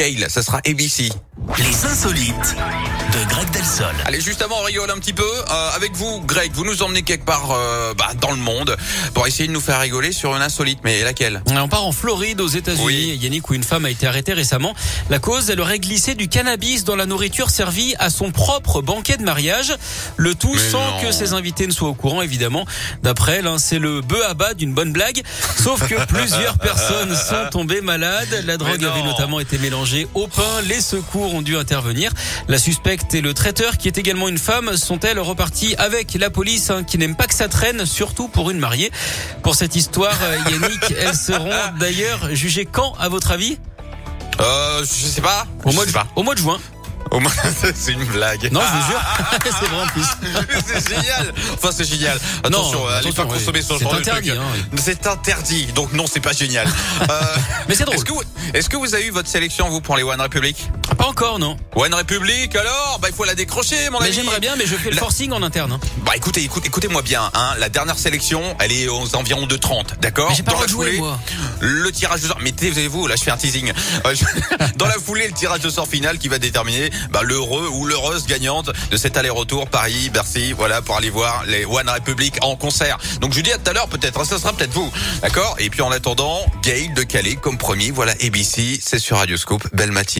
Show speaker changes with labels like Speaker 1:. Speaker 1: Kale, ça sera ABC.
Speaker 2: Les insolites de Greg Delsol.
Speaker 1: Allez, juste avant, on rigole un petit peu. Euh, avec vous, Greg, vous nous emmenez quelque part euh, bah, dans le monde pour essayer de nous faire rigoler sur une insolite. Mais laquelle
Speaker 3: Ouais, On part en Floride, aux États-Unis,
Speaker 1: Oui.
Speaker 3: Yannick, où une femme a été arrêtée récemment. La cause, elle aurait glissé du cannabis dans la nourriture servie à son propre banquet de mariage. Le tout
Speaker 1: Mais
Speaker 3: sans
Speaker 1: non.
Speaker 3: que ses invités ne soient au courant, évidemment. D'après elle, hein, c'est le bœuf à bas d'une bonne blague. Sauf que plusieurs personnes sont tombées malades. La drogue
Speaker 1: non.
Speaker 3: avait notamment été mélangée au pain. Les secours ont dû intervenir. La suspecte et le traiteur, qui est également une femme, sont-elles reparties avec la police, hein, qui n'aime pas que ça traîne, surtout pour une mariée. Pour cette histoire, euh, Yannick, elles seront d'ailleurs jugées quand, à votre avis
Speaker 1: euh, Je sais pas.
Speaker 3: au
Speaker 1: Je
Speaker 3: mois,
Speaker 1: sais
Speaker 3: de,
Speaker 1: pas.
Speaker 3: au mois de juin.
Speaker 1: Au moins, c'est une blague.
Speaker 3: Non, je vous jure, c'est vrai en plus.
Speaker 1: c'est génial. Enfin, c'est génial.
Speaker 3: Non,
Speaker 1: Attention, euh, allez
Speaker 3: attention,
Speaker 1: pas
Speaker 3: oui.
Speaker 1: consommer ce
Speaker 3: C'est
Speaker 1: genre de
Speaker 3: interdit,
Speaker 1: truc.
Speaker 3: hein,
Speaker 1: C'est interdit. Donc non, c'est pas génial. Euh,
Speaker 3: Mais c'est drôle.
Speaker 1: Est-ce que, vous- est-ce que vous avez eu votre sélection vous pour les One Republic
Speaker 3: Pas encore, non.
Speaker 1: One Republic alors Bah il faut la décrocher mon
Speaker 3: Mais
Speaker 1: ami.
Speaker 3: j'aimerais bien, mais je fais le
Speaker 1: La-
Speaker 3: forcing en interne. hein.
Speaker 1: Bah écoutez, écoute- écoutez-moi bien, hein. la dernière sélection, elle est aux environs de 30, d'accord
Speaker 3: Mais j'ai pas
Speaker 1: Dans
Speaker 3: le
Speaker 1: la
Speaker 3: droit de jouer,
Speaker 1: foulée,
Speaker 3: moi.
Speaker 1: Le tirage de sort, mais taisez-vous, là je fais un teasing. Euh, je- Dans la foulée, le tirage de sort final qui va déterminer bah, l'heureux ou l'heureuse gagnante de cet aller-retour Paris-Bercy, voilà, pour aller voir les One Republic en concert. Donc je vous dis à tout à l'heure peut-être, hein, ça sera peut-être vous, d'accord Et puis en attendant, Gail de Calais, comme promis, voilà, ABC, c'est sur Radioscope, belle matinée.